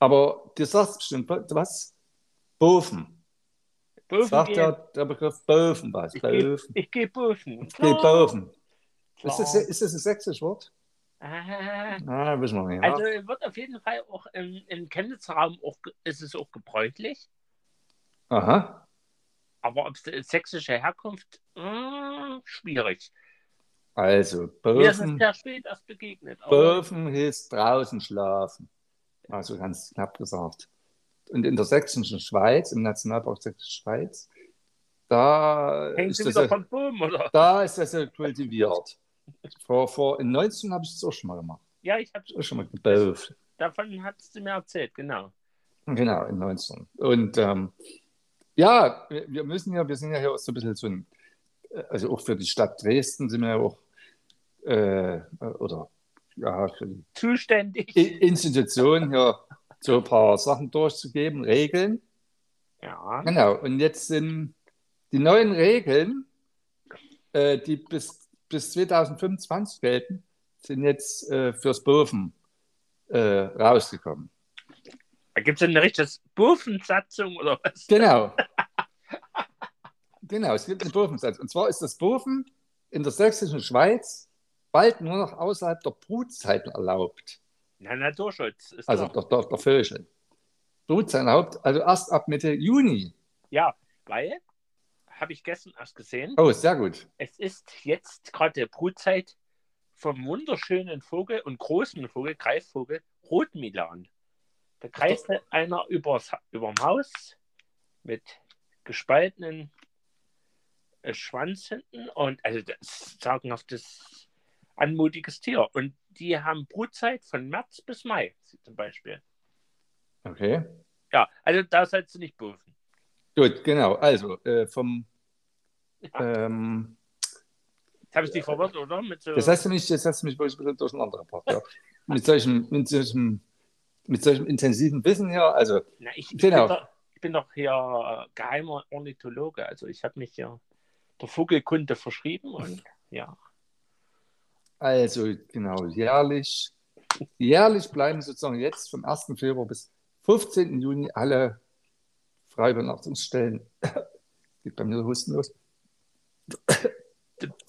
Aber du sagst bestimmt was. Bofen. Böfen Sagt gehen. der, der Begriff Böfen was? ich gehe Böfen. ich geh Böfen. Nee, Böfen. Klar. Ist das, ist das ein sächsisches Wort? Ah. Ah, wissen wir nicht. Also Ja. wird auf jeden Fall auch im, im Chemnitzer Raum auch, ge- ist es auch gebräuchlich. Aha. Aber ob es sächsische Herkunft, mh, schwierig. Also, Mir ist es Böfen, sehr spät erst begegnet. aber- Böfen hieß draußen schlafen. Also ganz knapp gesagt. Und in der sächsischen Schweiz, im Nationalpark Sächsische Schweiz, da Hängen ist, sie das wieder ja, vom Boom, oder? da ist das ja kultiviert. Vor, vor, in 19 habe ich das auch schon mal gemacht. Ja, ich hab's, Auch schon mal geböft. davon hattest du mir erzählt, genau. Genau, in 19. Und ähm, ja, wir, wir müssen ja, wir sind ja hier auch so ein bisschen so ein, also auch für die Stadt Dresden sind wir ja auch, äh, oder ja, für die Zuständig. I- Institution hier so ein paar Sachen durchzugeben, Regeln. Ja. Genau, und jetzt sind die neuen Regeln, äh, die bis, bis 2025 gelten, sind jetzt äh, fürs Bofen äh, rausgekommen. Da gibt es eine richtige Bufensatzung oder was? Genau. genau, es gibt einen Burfensatz. Und zwar ist das Burfen in der sächsischen Schweiz bald nur noch außerhalb der Brutzeiten erlaubt. Na, Naturschutz ist Also also, doch. der, der, der Vögel. Brutzeiten erlaubt, also erst ab Mitte Juni. Ja, weil, habe ich gestern erst gesehen, Oh, sehr gut. es ist jetzt gerade Brutzeit vom wunderschönen Vogel und großen Vogel, Greifvogel, Rotmilan. Da kreiste einer übers, überm Haus mit gespaltenen äh, Schwanz hinten und also das ist ein sagenhaftes, anmutiges Tier. Und die haben Brutzeit von März bis Mai zum Beispiel. Okay. Ja, also da sollst du nicht prüfen. Gut, genau. Also äh, vom. Ähm, Jetzt habe ich dich verwirrt, oder? Mit so, das hast du mich, das hast du mich wirklich ein bisschen durcheinander gebracht. Ja. mit, solchem, mit, solchem, mit solchem intensiven Wissen hier. Also, Na, ich, ich, Genau. bin doch, ich bin doch hier äh, geheimer Ornithologe. Also ich habe mich hier der Vogelkunde verschrieben und ja. Also genau, jährlich, jährlich bleiben sozusagen jetzt vom 1. Februar bis 15. Juni alle Freibenachtungsstellen, geht bei mir Husten los,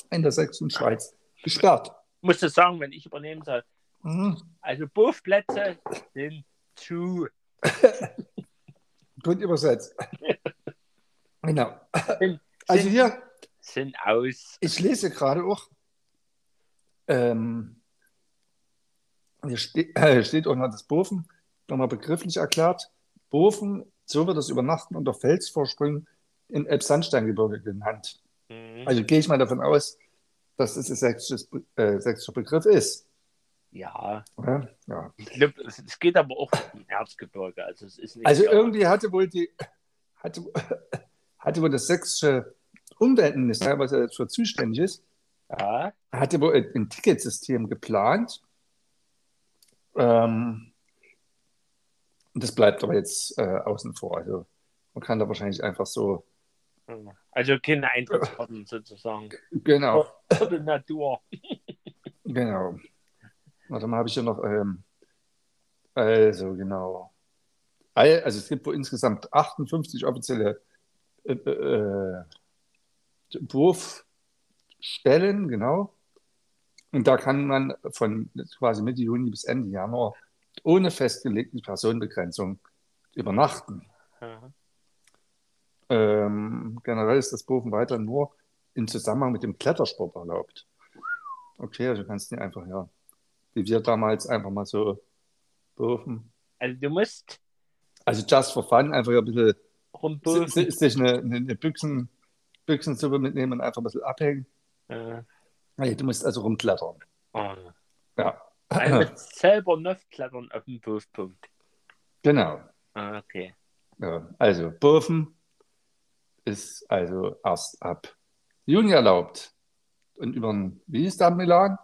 in der Sächsischen Schweiz gesperrt. Musst du sagen, wenn ich übernehmen soll. Mhm. Also Buffplätze sind zu. Gut übersetzt. genau. Also hier, Sind aus. ich lese gerade auch, ähm, hier ste äh, steht auch noch das Bofen, nochmal begrifflich erklärt. Bofen, so wird das Übernachten unter Felsvorsprüngen in Elbsandsteingebirge genannt. Mhm. Also gehe ich mal davon aus, dass das ein sächsisches Be- äh, sächsischer Begriff ist. ja, Oder? Ja. ich glaub, es, es geht aber auch um Erzgebirge. Also, es ist nicht Also ja, irgendwie hatte wohl die, hatte, hatte wohl das sächsische Umweltministerium, was ja jetzt für zuständig ist, ja, hatte wohl ein- ein Ticketsystem geplant. Ähm, und das bleibt aber jetzt äh, außen vor. Also man kann da wahrscheinlich einfach so. also keine Eintrittskarten sozusagen. Genau, Für die Natur. genau. Warte mal, habe ich hier noch. Ähm, also, genau. All- Also es gibt wohl insgesamt 58 offizielle äh, äh, äh, Wurfstellen, genau. Und da kann man von quasi Mitte Juni bis Ende Januar ohne festgelegte Personenbegrenzung übernachten. Aha. Ähm, generell ist das Boven weiter nur im Zusammenhang mit dem Klettersport erlaubt. Okay, also kannst du nicht einfach, ja, wie wir damals einfach mal so Boven. Also, du musst Also just for fun, einfach ein bisschen rumbogen. si- si- sich eine, eine, eine Büchsen, Büchsensuppe mitnehmen und einfach ein bisschen abhängen. Äh, Nee, du musst also rumklettern. ah. Ja. Also, du musst selber noch klettern auf dem Wurfpunkt. genau. Ah, okay. Ja. Also Boven ist also erst ab Juni erlaubt. Und über, den- wie ist da Milan?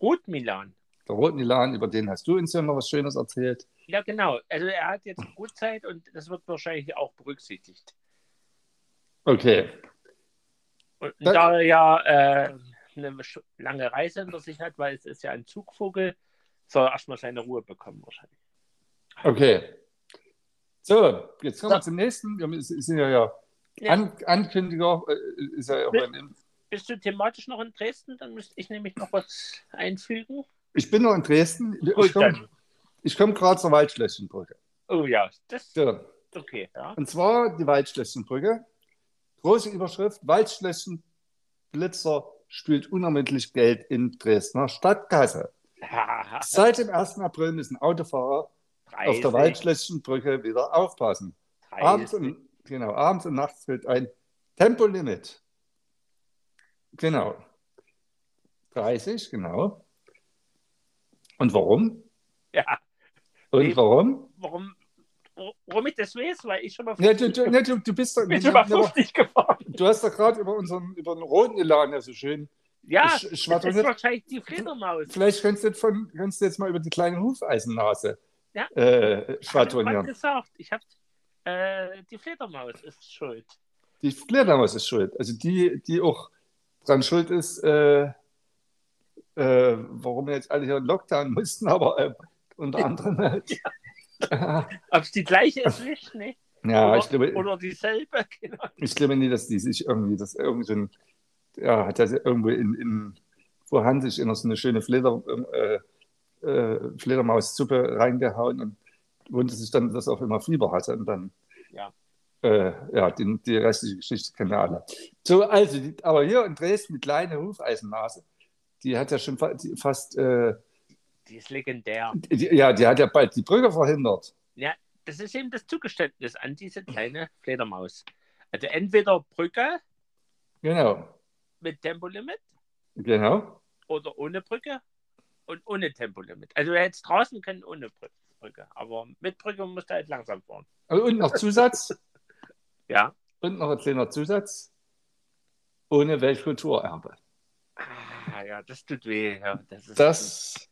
Rot Milan. Der Roten Elan, über den hast du uns ja noch was Schönes erzählt. Ja, genau. Also er hat jetzt gut Zeit und das wird wahrscheinlich auch berücksichtigt. Okay. Und Da- da er ja äh, eine sch- lange Reise hinter sich hat, weil es ist ja ein Zugvogel, soll er erstmal seine Ruhe bekommen wahrscheinlich. Okay. So, jetzt kommen wir So. zum nächsten. Wir müssen- sind ja, ja, Ja. An Ankündiger. äh, Ist ja auch ein, Bist du thematisch noch in Dresden? Dann müsste ich nämlich noch was einfügen. ich bin noch in Dresden. Ich Gut, komme dann. komm gerade zur Waldschlösschenbrücke. Oh ja, das ist So. okay. Ja. Und zwar die Waldschlösschenbrücke. Große Überschrift: Waldschlösschenblitzer spült unermüdlich Geld in Dresdner Stadtkasse. Haha, Seit dem 1. April müssen Autofahrer auf der 30, Waldschlösschenbrücke wieder aufpassen. 30. Abends und, genau, abends und nachts gilt ein Tempolimit. Genau. 30, genau. Und warum? Ja, Und Nee. warum? warum, warum ich das weiß? Weil ich schon mal Ja, du, du, ne, du, du bist doch, ich bin schon mal du, 50 gefahren. hast doch gerade über unseren über den roten Elan ja so schön. sch- Ja, das ist schwadroniert. wahrscheinlich die Fledermaus. Vielleicht könntest du, jetzt von, könntest du jetzt mal über die kleine Hufeisennase Ja. äh, Ich habe schwadronieren. gesagt, ich habe äh, die Fledermaus ist schuld. Die Fledermaus ist schuld. Also die, die auch dran schuld ist, äh, äh, warum wir jetzt alle hier in Lockdown mussten, aber äh, unter anderem. Äh, ja. Ob es die gleiche ist, nicht, ne? oder, ich glaube, oder dieselbe, genau. keine Ahnung. ich glaube nie, dass die sich irgendwie, dass irgend so ein, ja, hat das irgendwo in, in wo haben sich immer so eine schöne Fleder, ähm, äh, äh, Fledermaussuppe reingehauen und wunderte sich dann, dass auch immer Fieber hatte und dann. Ja. Äh, ja, die, die restliche Geschichte kennen wir alle. So, also, die, aber hier in Dresden, die kleine Hufeisennase, die hat ja schon fa die, fast, äh, Die ist legendär. die, ja, die hat ja bald die Brücke verhindert. Das ist eben das Zugeständnis an diese kleine Fledermaus. Also entweder Brücke Genau, mit Tempolimit genau. oder ohne Brücke und ohne Tempolimit. Also du hättest draußen können ohne Brü- Brücke, aber mit Brücke musst du halt langsam fahren. Und Also noch Zusatz, Ja. und noch ein kleiner Zusatz, ohne Weltkulturerbe. Ah, ja, das tut weh. Ja, das ist Das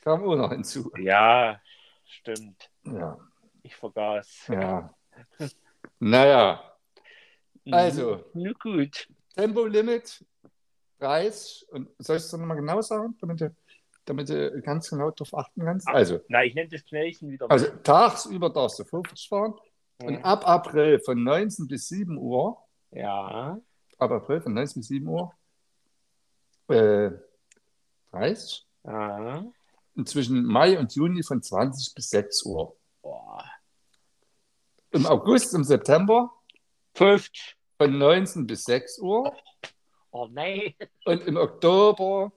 kam auch noch hinzu. ja stimmt. Ja, Ich vergaß. ja. Naja, Also. Na Mhm. gut. Tempolimit, Preis. Und soll ich es dann nochmal genau sagen, damit du, damit du ganz genau darauf achten kannst? Also, Na, ich nenne das Schnellchen wieder. also tagsüber darfst du 50 fahren und mal. Hm. ab April von 19 bis 7 Uhr, ja. ab April von 19 bis 7 Uhr, äh, 30. ja. Und zwischen Mai und Juni von 20 bis 6 Uhr. Boah. Im August, im September 50. von 19 bis 6 Uhr Oh nein. und im Oktober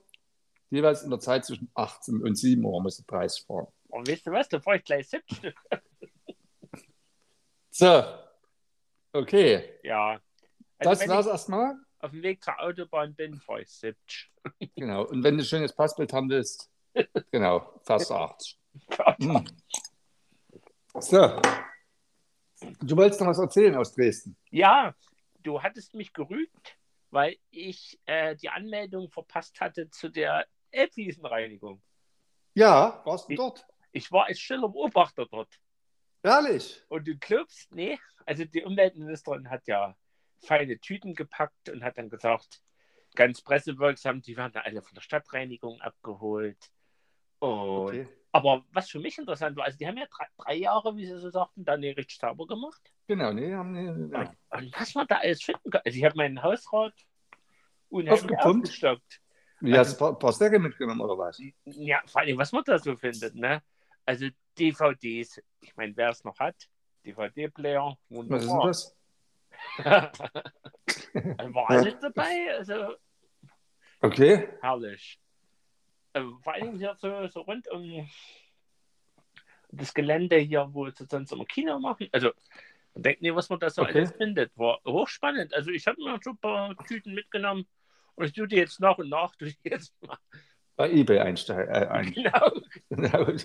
jeweils in der Zeit zwischen 18 und 7 Uhr muss der Preis fahren. Und weißt du was, da fahre ich gleich 70. So, okay, Ja. Also das wenn war's erstmal. ich auf dem Weg zur Autobahn bin, fahre ich 70. Genau, und wenn du ein schönes Passbild haben willst, genau, fast 80. Hm. So, du wolltest noch was erzählen aus Dresden. Ja, du hattest mich gerügt, weil ich äh, die Anmeldung verpasst hatte zu der Elbwiesenreinigung. Ja, warst du Ich- dort? Ich war als stiller Beobachter dort. Ehrlich? Und du glaubst, nee, also die Umweltministerin hat ja feine Tüten gepackt und hat dann gesagt, ganz pressewirksam, die werden alle von der Stadtreinigung abgeholt. Und, Okay. Aber was für mich interessant war, also die haben ja drei, drei Jahre, wie sie so sagten, dann die richtig sauber gemacht. Genau, nee, haben nee, nee. Und was man da alles finden kann. Also ich habe meinen Hausrat unheimlich Aufgepumpt? aufgestockt. Wie hast du ein paar, paar Säcke mitgenommen oder was? Ja, vor allem, was man da so findet, ne? Also DVDs, ich meine, wer es noch hat, DVD-Player, Was ist denn wunderbar. das? Also War alles dabei, also Okay. herrlich. Ähm, vor allem hier so, so rund um das Gelände hier, wo sie sonst immer Kino machen. Also, man denkt nie, was man da so Okay. alles findet. War hochspannend. Also, ich habe mir schon ein paar Tüten mitgenommen und ich tue die jetzt nach und nach durch jetzt mal. Bei Ebay einsteigen. Äh, ein. Genau. Genau.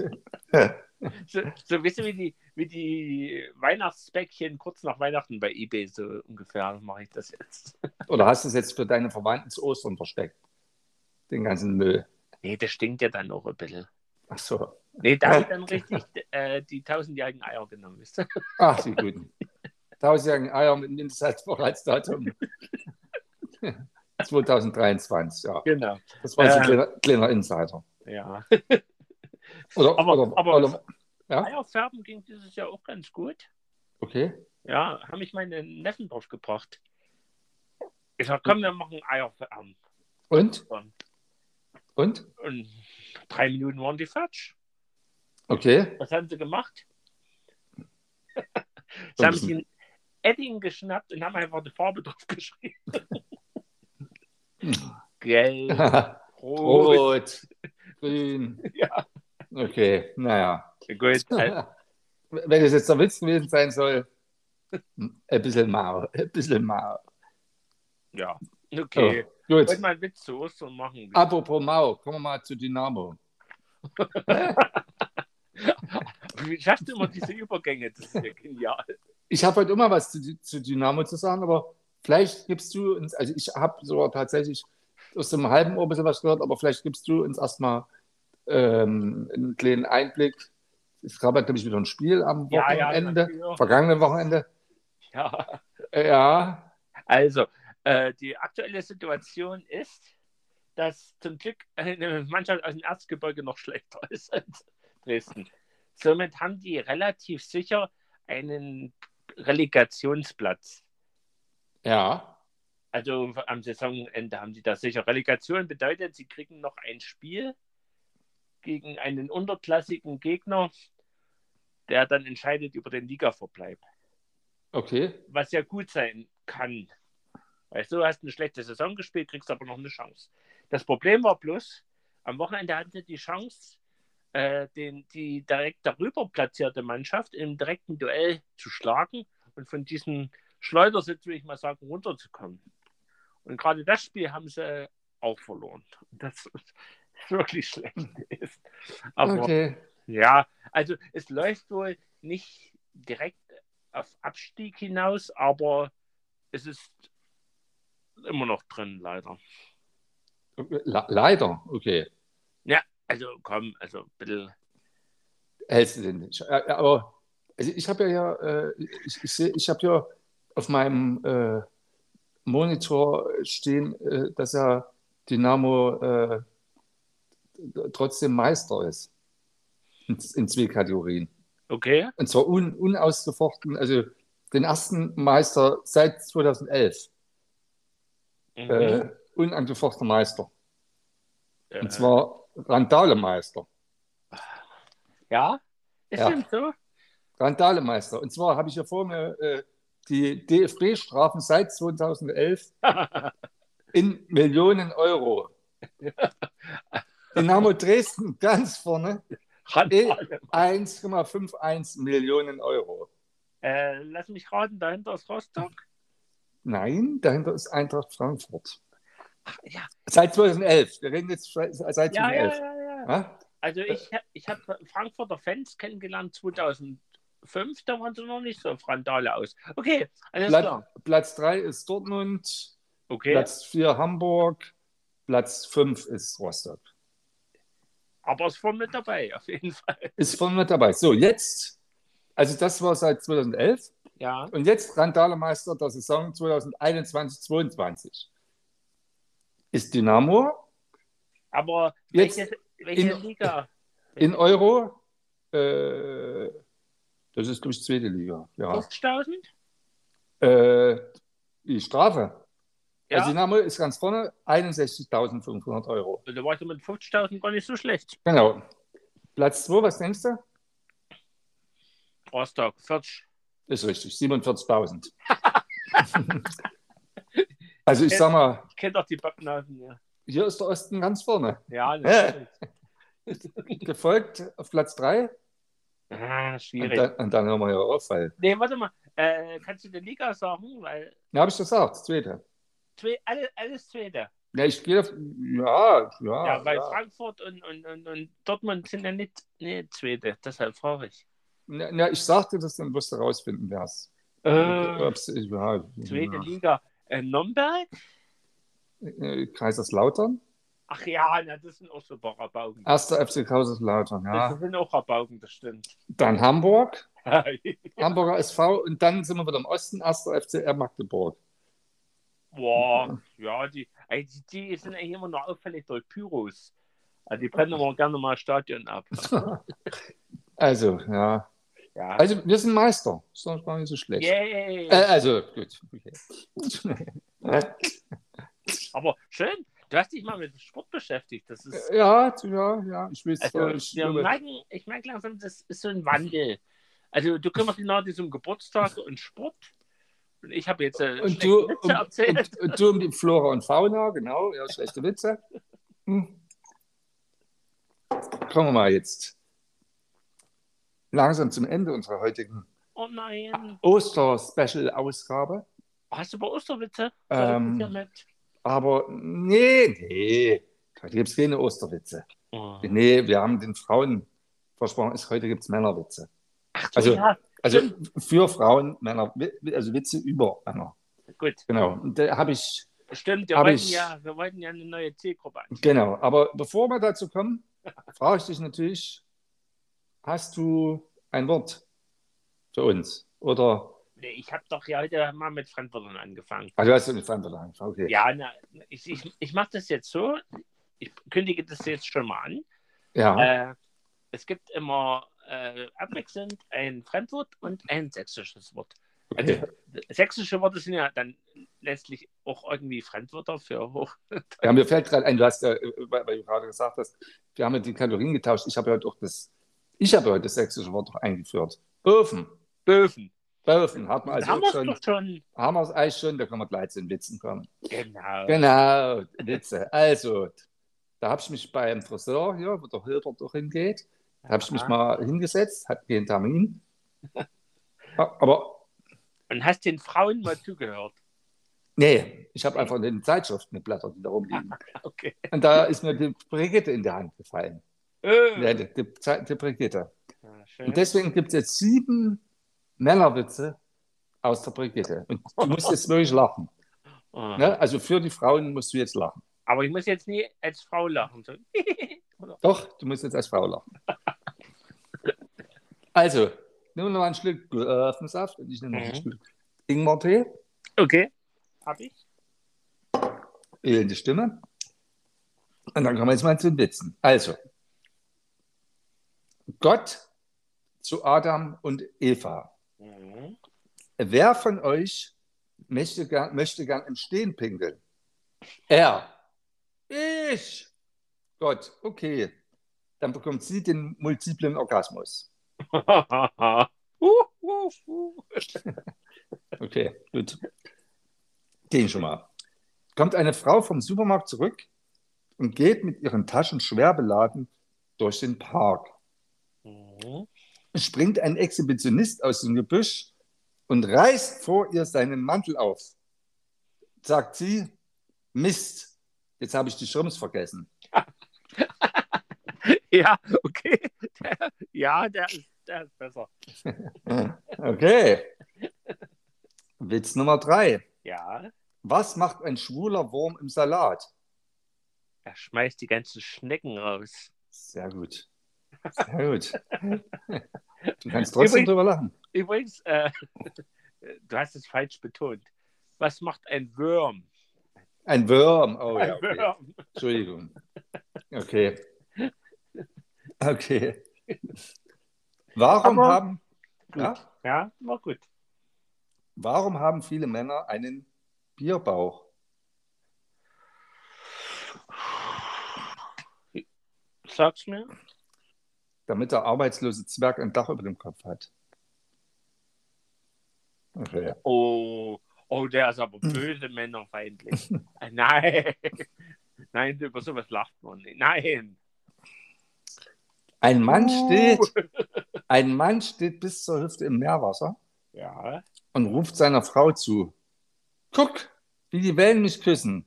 So, so weißt du, wie die, wie die Weihnachtsbäckchen kurz nach Weihnachten bei eBay so ungefähr mache ich das jetzt. oder hast du es jetzt für deine Verwandten zu Ostern versteckt? Den ganzen Müll. Nee, das stinkt ja dann noch ein bisschen. Ach so. Nee, da habe ich dann richtig äh, die tausendjährigen Eier genommen, wisst ihr? Ach, die guten. Tausendjährigen Eier mit Mindesthaltbarkeitsdatum. 2023, ja. Genau. Das war jetzt ein Äh. kleiner, kleiner Insider. Ja. Oder, Aber- oder, aber- oder, Eierfärben ging dieses Jahr auch ganz gut. okay. Ja, haben mich meine Neffen drauf gebracht. Ich sag, komm, wir machen Eierfärben. Und? Und? Und drei Minuten waren die fertig. Okay. Was haben sie gemacht? So sie ein haben sich bisschen- einen Edding geschnappt und haben einfach eine Farbe drauf geschrieben. Gelb, rot. Rot, grün. Ja. Okay, naja. Gut, also, Wenn es jetzt der Witz gewesen sein soll, ein bisschen mau, ein bisschen mau. ja. Okay. So, Wollt gut. mal einen Witz zu Ostern machen. Apropos mau, kommen wir mal zu Dynamo. Wie schaffst du immer diese Übergänge? Das ist ja genial. Ich habe heute immer was zu, zu Dynamo zu sagen, aber vielleicht gibst du uns, also ich habe sogar tatsächlich aus dem halben Ohr ein bisschen was gehört, aber vielleicht gibst du uns erstmal ähm, einen kleinen Einblick. Es gab ja, glaube ich, wieder ein Spiel am Ja, ja, Wochenende, dafür. vergangenen Wochenende. ja. Äh, Ja, Also, äh, die aktuelle Situation ist, dass zum Glück eine Mannschaft aus dem Erzgebirge noch schlechter ist als Dresden. Somit haben die relativ sicher einen Relegationsplatz. ja. Also am Saisonende haben sie das sicher. Relegation bedeutet, sie kriegen noch ein Spiel gegen einen unterklassigen Gegner, der dann entscheidet über den Ligaverbleib Okay. was ja gut sein kann. Weißt du, du hast eine schlechte Saison gespielt, kriegst aber noch eine Chance. Das Problem war bloß, am Wochenende hatten sie die Chance, äh, den, die direkt darüber platzierte Mannschaft im direkten Duell zu schlagen und von diesem Schleudersitz, will ich mal sagen, runterzukommen. Und gerade das Spiel haben sie auch verloren. Das ist wirklich schlecht. Ist. Aber okay. ja, also es läuft wohl nicht direkt auf Abstieg hinaus, aber es ist immer noch drin, leider. Le leider, okay. Also komm, also bitte. Hältst du den nicht? Äh, Aber also ich habe ja, ja, äh, ich, ich, seh- ich habe ja auf meinem äh, Monitor stehen, äh, dass ja Dynamo äh, trotzdem Meister ist. In, in zwei Kategorien. Okay, Und zwar un, unausgefochten, also den ersten Meister seit 2011. mhm. Äh, unangefochtener Meister. Äh, Und zwar Randale-Meister. ja, ist ja. denn so? Randalemeister. Und zwar habe ich hier vor mir äh, die DFB-Strafen seit 2011 in Millionen Euro. Dynamo Dresden ganz vorne, Hand- Eh. 1,51 Millionen Euro. Äh, lass mich raten, dahinter ist Rostock. Nein, dahinter ist Eintracht Frankfurt. Ach, ja, Seit 2011. Wir reden jetzt seit seit ja, ja, 2011. ja, ja. Ja? Also ich, hab- ich habe Frankfurter Fans kennengelernt 2005, da waren sie noch nicht so auf Randale aus. Okay, alles Platz, klar. Platz 3 ist Dortmund, Okay, Platz 4 Hamburg, Platz 5 ist Rostock. aber es war mit dabei, auf jeden Fall. Ist von mit dabei. So, jetzt, also das war seit 2011 Ja, und jetzt Randalemeister der Saison 2021-22 ist Dynamo aber Jetzt welche, welche in- Liga? in Euro. Äh, das ist, glaube ich, zweite Liga. Ja. 5000? Äh, die Strafe. Ja, Also Dynamo ist ganz vorne, 61.500 Euro. da war ich mit 50.000 gar nicht so schlecht. Genau. Platz 2, was denkst du? Rostock, 40. Ist richtig, 47.000. also ich sag mal, Ich kenne doch die Backnasen, ja. hier ist der Osten ganz vorne. Ja, natürlich. Gefolgt auf Platz 3. ah, Und, schwierig. dann- und dann hören wir ja auf, weil. Nee, warte mal. Äh, kannst du die Liga sagen? Weil Ja, habe ich gesagt, das zweite. zwei, alle, alles Zweite. Ja, ich gehe auf. Ja, ja. ja, weil Ah, ja. Frankfurt und, und, und, und Dortmund sind ja nicht nee, Zweite. Deshalb frage ich. Na, na, ich sagte das, dann wirst du rausfinden, wer es Äh, Ob's- ja, zweite ja. Liga. Äh, Nürnberg? Äh, Kaiserslautern. Ach ja, na, das sind auch super Rabauken. Erster FC Kaiserslautern, ja. Das sind auch Rabauken, das stimmt. Dann Hamburg, Boah, Hamburger SV und dann sind wir wieder im Osten, erster FCR Magdeburg. ja, die, also die sind eigentlich immer noch auffällig durch Pyros. Also die brennen immer gerne mal Stadion ab. Also, ja. Ja. Also, wir sind Meister. Ist doch gar nicht so schlecht. Yay. Äh, also, gut. Aber schön, du hast dich mal mit Sport beschäftigt. Das Äh, ist. ja, ja, ja. Ich will Also, ich, wir merken, ich merke langsam, das ist so ein Wandel. Also, du kümmerst dich nach diesem Geburtstag und Sport. Und ich habe jetzt äh, und, schlechte du, um, Witze erzählt. und, und du um die Flora und Fauna, genau. Ja, schlechte Witze. Hm. Kommen wir mal jetzt langsam zum Ende unserer heutigen oh nein. Oster-Special-Ausgabe. Hast du bei Osterwitze? Ähm. Ja, mit. Aber nee, nee, heute gibt es keine Osterwitze. Oh. Nee, wir haben den Frauen versprochen, ist, heute gibt es Männerwitze. Ach, du, also- ja, Also für Frauen, Männer, wi- also Witze über Männer. gut. Genau, und da habe ich, Stimmt, wir Hab wollten, ich- ja, wir wollten ja eine neue Zielgruppe an. genau. Aber bevor wir dazu kommen, frage ich dich natürlich, hast du ein Wort für uns? Oder, Nee, ich habe doch ja heute mal mit Fremdwörtern angefangen. also hast du eine Fremdbelang, okay. Ja, na, ich, ich, ich mache das jetzt so. Ich kündige das jetzt schon mal an. Ja, Äh, es gibt immer äh, abwechselnd ein Fremdwort und ein sächsisches Wort. Also, okay. Sächsische Worte sind ja dann letztlich auch irgendwie Fremdwörter für hoch. Ja, mir fällt gerade ein, du hast ja, äh, weil weil du gerade gesagt hast, wir haben ja die Kalorien getauscht. Ich habe ja heute auch das, ich habe ja heute das sächsische Wort noch eingeführt. Böfen. Böfen. Böfen hat man also Also haben auch wir es schon. doch schon. Haben wir es eigentlich schon, da kann man gleich zu den Witzen kommen. Genau. Genau, Witze. Also, da habe ich mich beim Friseur hier, wo der Hilbert doch hingeht, da habe ich mich Aha. mal hingesetzt, hat den Termin. Ja, Aber Und hast den Frauen mal zugehört. nee, ich habe einfach in den Zeitschriften geblättert, die da rumliegen. Ah, Okay. Und da ist mir die Brigitte in die Hand gefallen. Ja, Äh. die, die, Zeit- die Brigitte. Ja, schön. Und deswegen gibt es jetzt sieben Männerwitze aus der Brigitte. Und du musst jetzt wirklich lachen. Ah. Ne? Also für die Frauen musst du jetzt lachen. Aber ich muss jetzt nie als Frau lachen. So. Oder- Doch, du musst jetzt als Frau lachen. Also, nimm noch mal einen Schluck Gurkensaft und ich nehme noch einen Mhm. Schluck Ingwertee. okay. Hab ich? Elende Stimme. Und dann kommen wir jetzt mal zu den Witzen. Also, Gott zu Adam und Eva. Mhm. Wer von euch möchte gern, möchte gern im Stehen pinkeln? Er. Ich. Gott, okay. Dann bekommt sie den multiplen Orgasmus. Uh, uh, uh. Okay, gut. Den schon mal. Kommt eine Frau vom Supermarkt zurück und geht mit ihren Taschen schwer beladen durch den Park. Mhm. Springt ein Exhibitionist aus dem Gebüsch und reißt vor ihr seinen Mantel auf. Sagt sie, Mist, jetzt habe ich die Schirms vergessen. Ja, okay. Der, ja, der ist, der ist besser. Okay. Witz Nummer drei. Ja, Was macht ein schwuler Wurm im Salat? er schmeißt die ganzen Schnecken raus. Sehr gut. Sehr gut. Du kannst trotzdem Übrigens- drüber lachen. Übrigens, äh, du hast es falsch betont. Was macht ein Würm? Ein Wurm. Oh ein ja. Okay. Würm. Entschuldigung. Okay. Okay. Warum Aber- haben, ja, Ja, war gut. warum haben viele Männer einen Bierbauch? Sag's mir. Damit der arbeitslose Zwerg ein Dach über dem Kopf hat. Okay. Oh, oh, der ist aber böse männerfeindlich. Ah, Nein. Nein, über sowas lacht man nicht. Nein. Ein Mann Uh. steht, ein Mann steht bis zur Hüfte im Meerwasser Ja. und ruft seiner Frau zu. Guck, wie die Wellen mich küssen,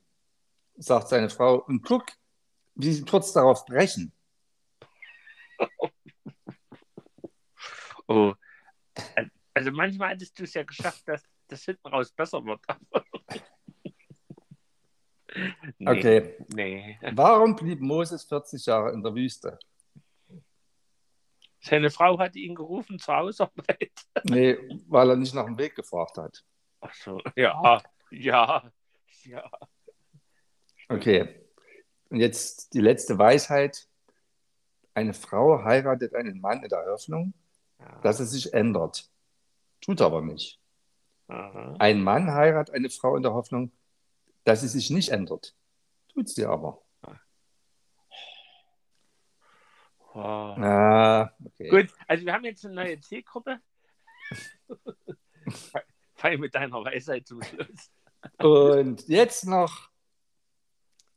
sagt seine Frau. Und guck, wie sie kurz darauf brechen. Oh. Also manchmal hattest du es ja geschafft, dass das hinten raus besser wird. nee, Okay. Nee. Warum blieb Moses 40 Jahre in der Wüste? Seine Frau hat ihn gerufen zur Hausarbeit. Nee, weil er nicht nach dem Weg gefragt hat. Ach so. Ah. Ja. Ja. Ja. Okay. Und jetzt die letzte Weisheit. Eine Frau heiratet einen Mann in der Hoffnung, dass es sich ändert. Tut aber nicht. Aha. Ein Mann heiratet eine Frau in der Hoffnung, dass sie sich nicht ändert. Tut sie aber. Wow. Ah, okay. Gut, also wir haben jetzt eine neue Zielgruppe. Fall mit deiner Weisheit zum Schluss. Und jetzt noch,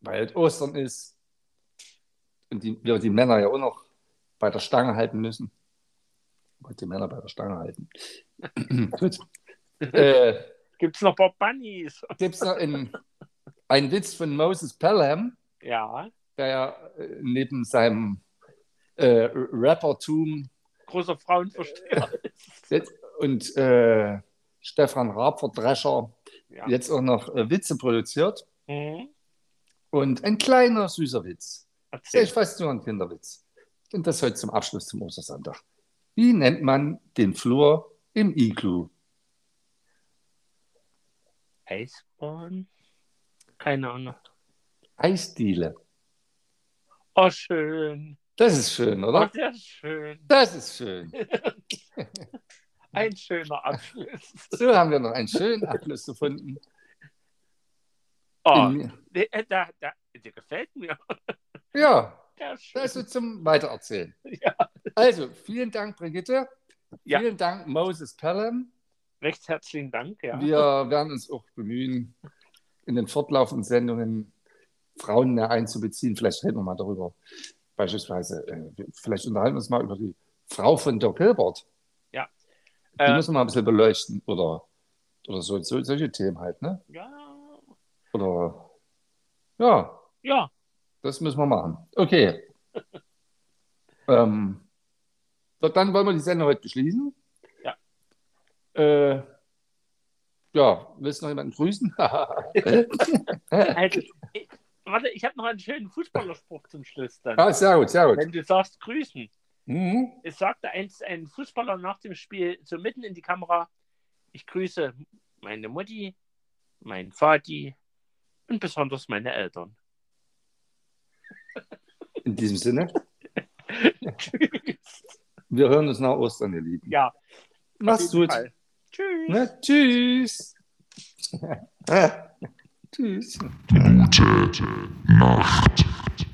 weil Ostern ist und die, wir die Männer ja auch noch bei der Stange halten müssen. Wollt die Männer bei der Stange halten. Gut. Äh, Gibt es noch Bob Bunnies? Gibt es noch einen, einen Witz von Moses Pelham, Ja, der ja äh, neben seinem äh, Rappertum großer Frauenversteher. jetzt- und äh, Stefan Rapferdrescher Ja. jetzt auch noch äh, Witze produziert? Mhm. Und ein kleiner, süßer Witz. Sehr Erzähl. fast nur ein Kinderwitz. Und das heute zum Abschluss zum Ostersonntag. Wie nennt man den Flur im Iglu? Eisbahn? Keine Ahnung. Eisdiele. Oh, schön. Das ist schön, Oh, oder? sehr schön. Das ist schön. Ein schöner Abschluss. So haben wir noch einen schönen Abschluss gefunden. Oh, In, der, der, der, der gefällt mir. ja, Der ist schön. das ist zum Weitererzählen. Ja. Also, vielen Dank, Brigitte. Ja. Vielen Dank, Moses Pelham. Recht herzlichen Dank. Ja. Wir werden uns auch bemühen, in den fortlaufenden Sendungen Frauen mehr einzubeziehen. Vielleicht reden wir mal darüber. Beispielsweise, äh, wir- vielleicht unterhalten wir uns mal über die Frau von Doc Hilbert. Die äh, müssen wir mal ein bisschen beleuchten. Oder, oder so, so, solche Themen halt. Ne? ja. Oder ja, ja, das müssen wir machen. Okay. ähm, so, dann wollen wir die Sendung heute beschließen. Ja. Äh, ja, willst du noch jemanden grüßen? also, ich, warte, ich habe noch einen schönen Fußballerspruch zum Schluss dann. Ah, sehr gut, sehr gut. Wenn du sagst Grüßen. Mhm. Es sagte einst ein Fußballer nach dem Spiel so mitten in die Kamera: Ich grüße meine Mutti, meinen Vati und besonders meine Eltern. In diesem Sinne, Tschüss. wir hören uns nach Ostern, ihr Lieben. Ja, auf Macht's jeden gut. Fall. Tschüss. Ne? Tschüss. Tschüss. Gute Nacht.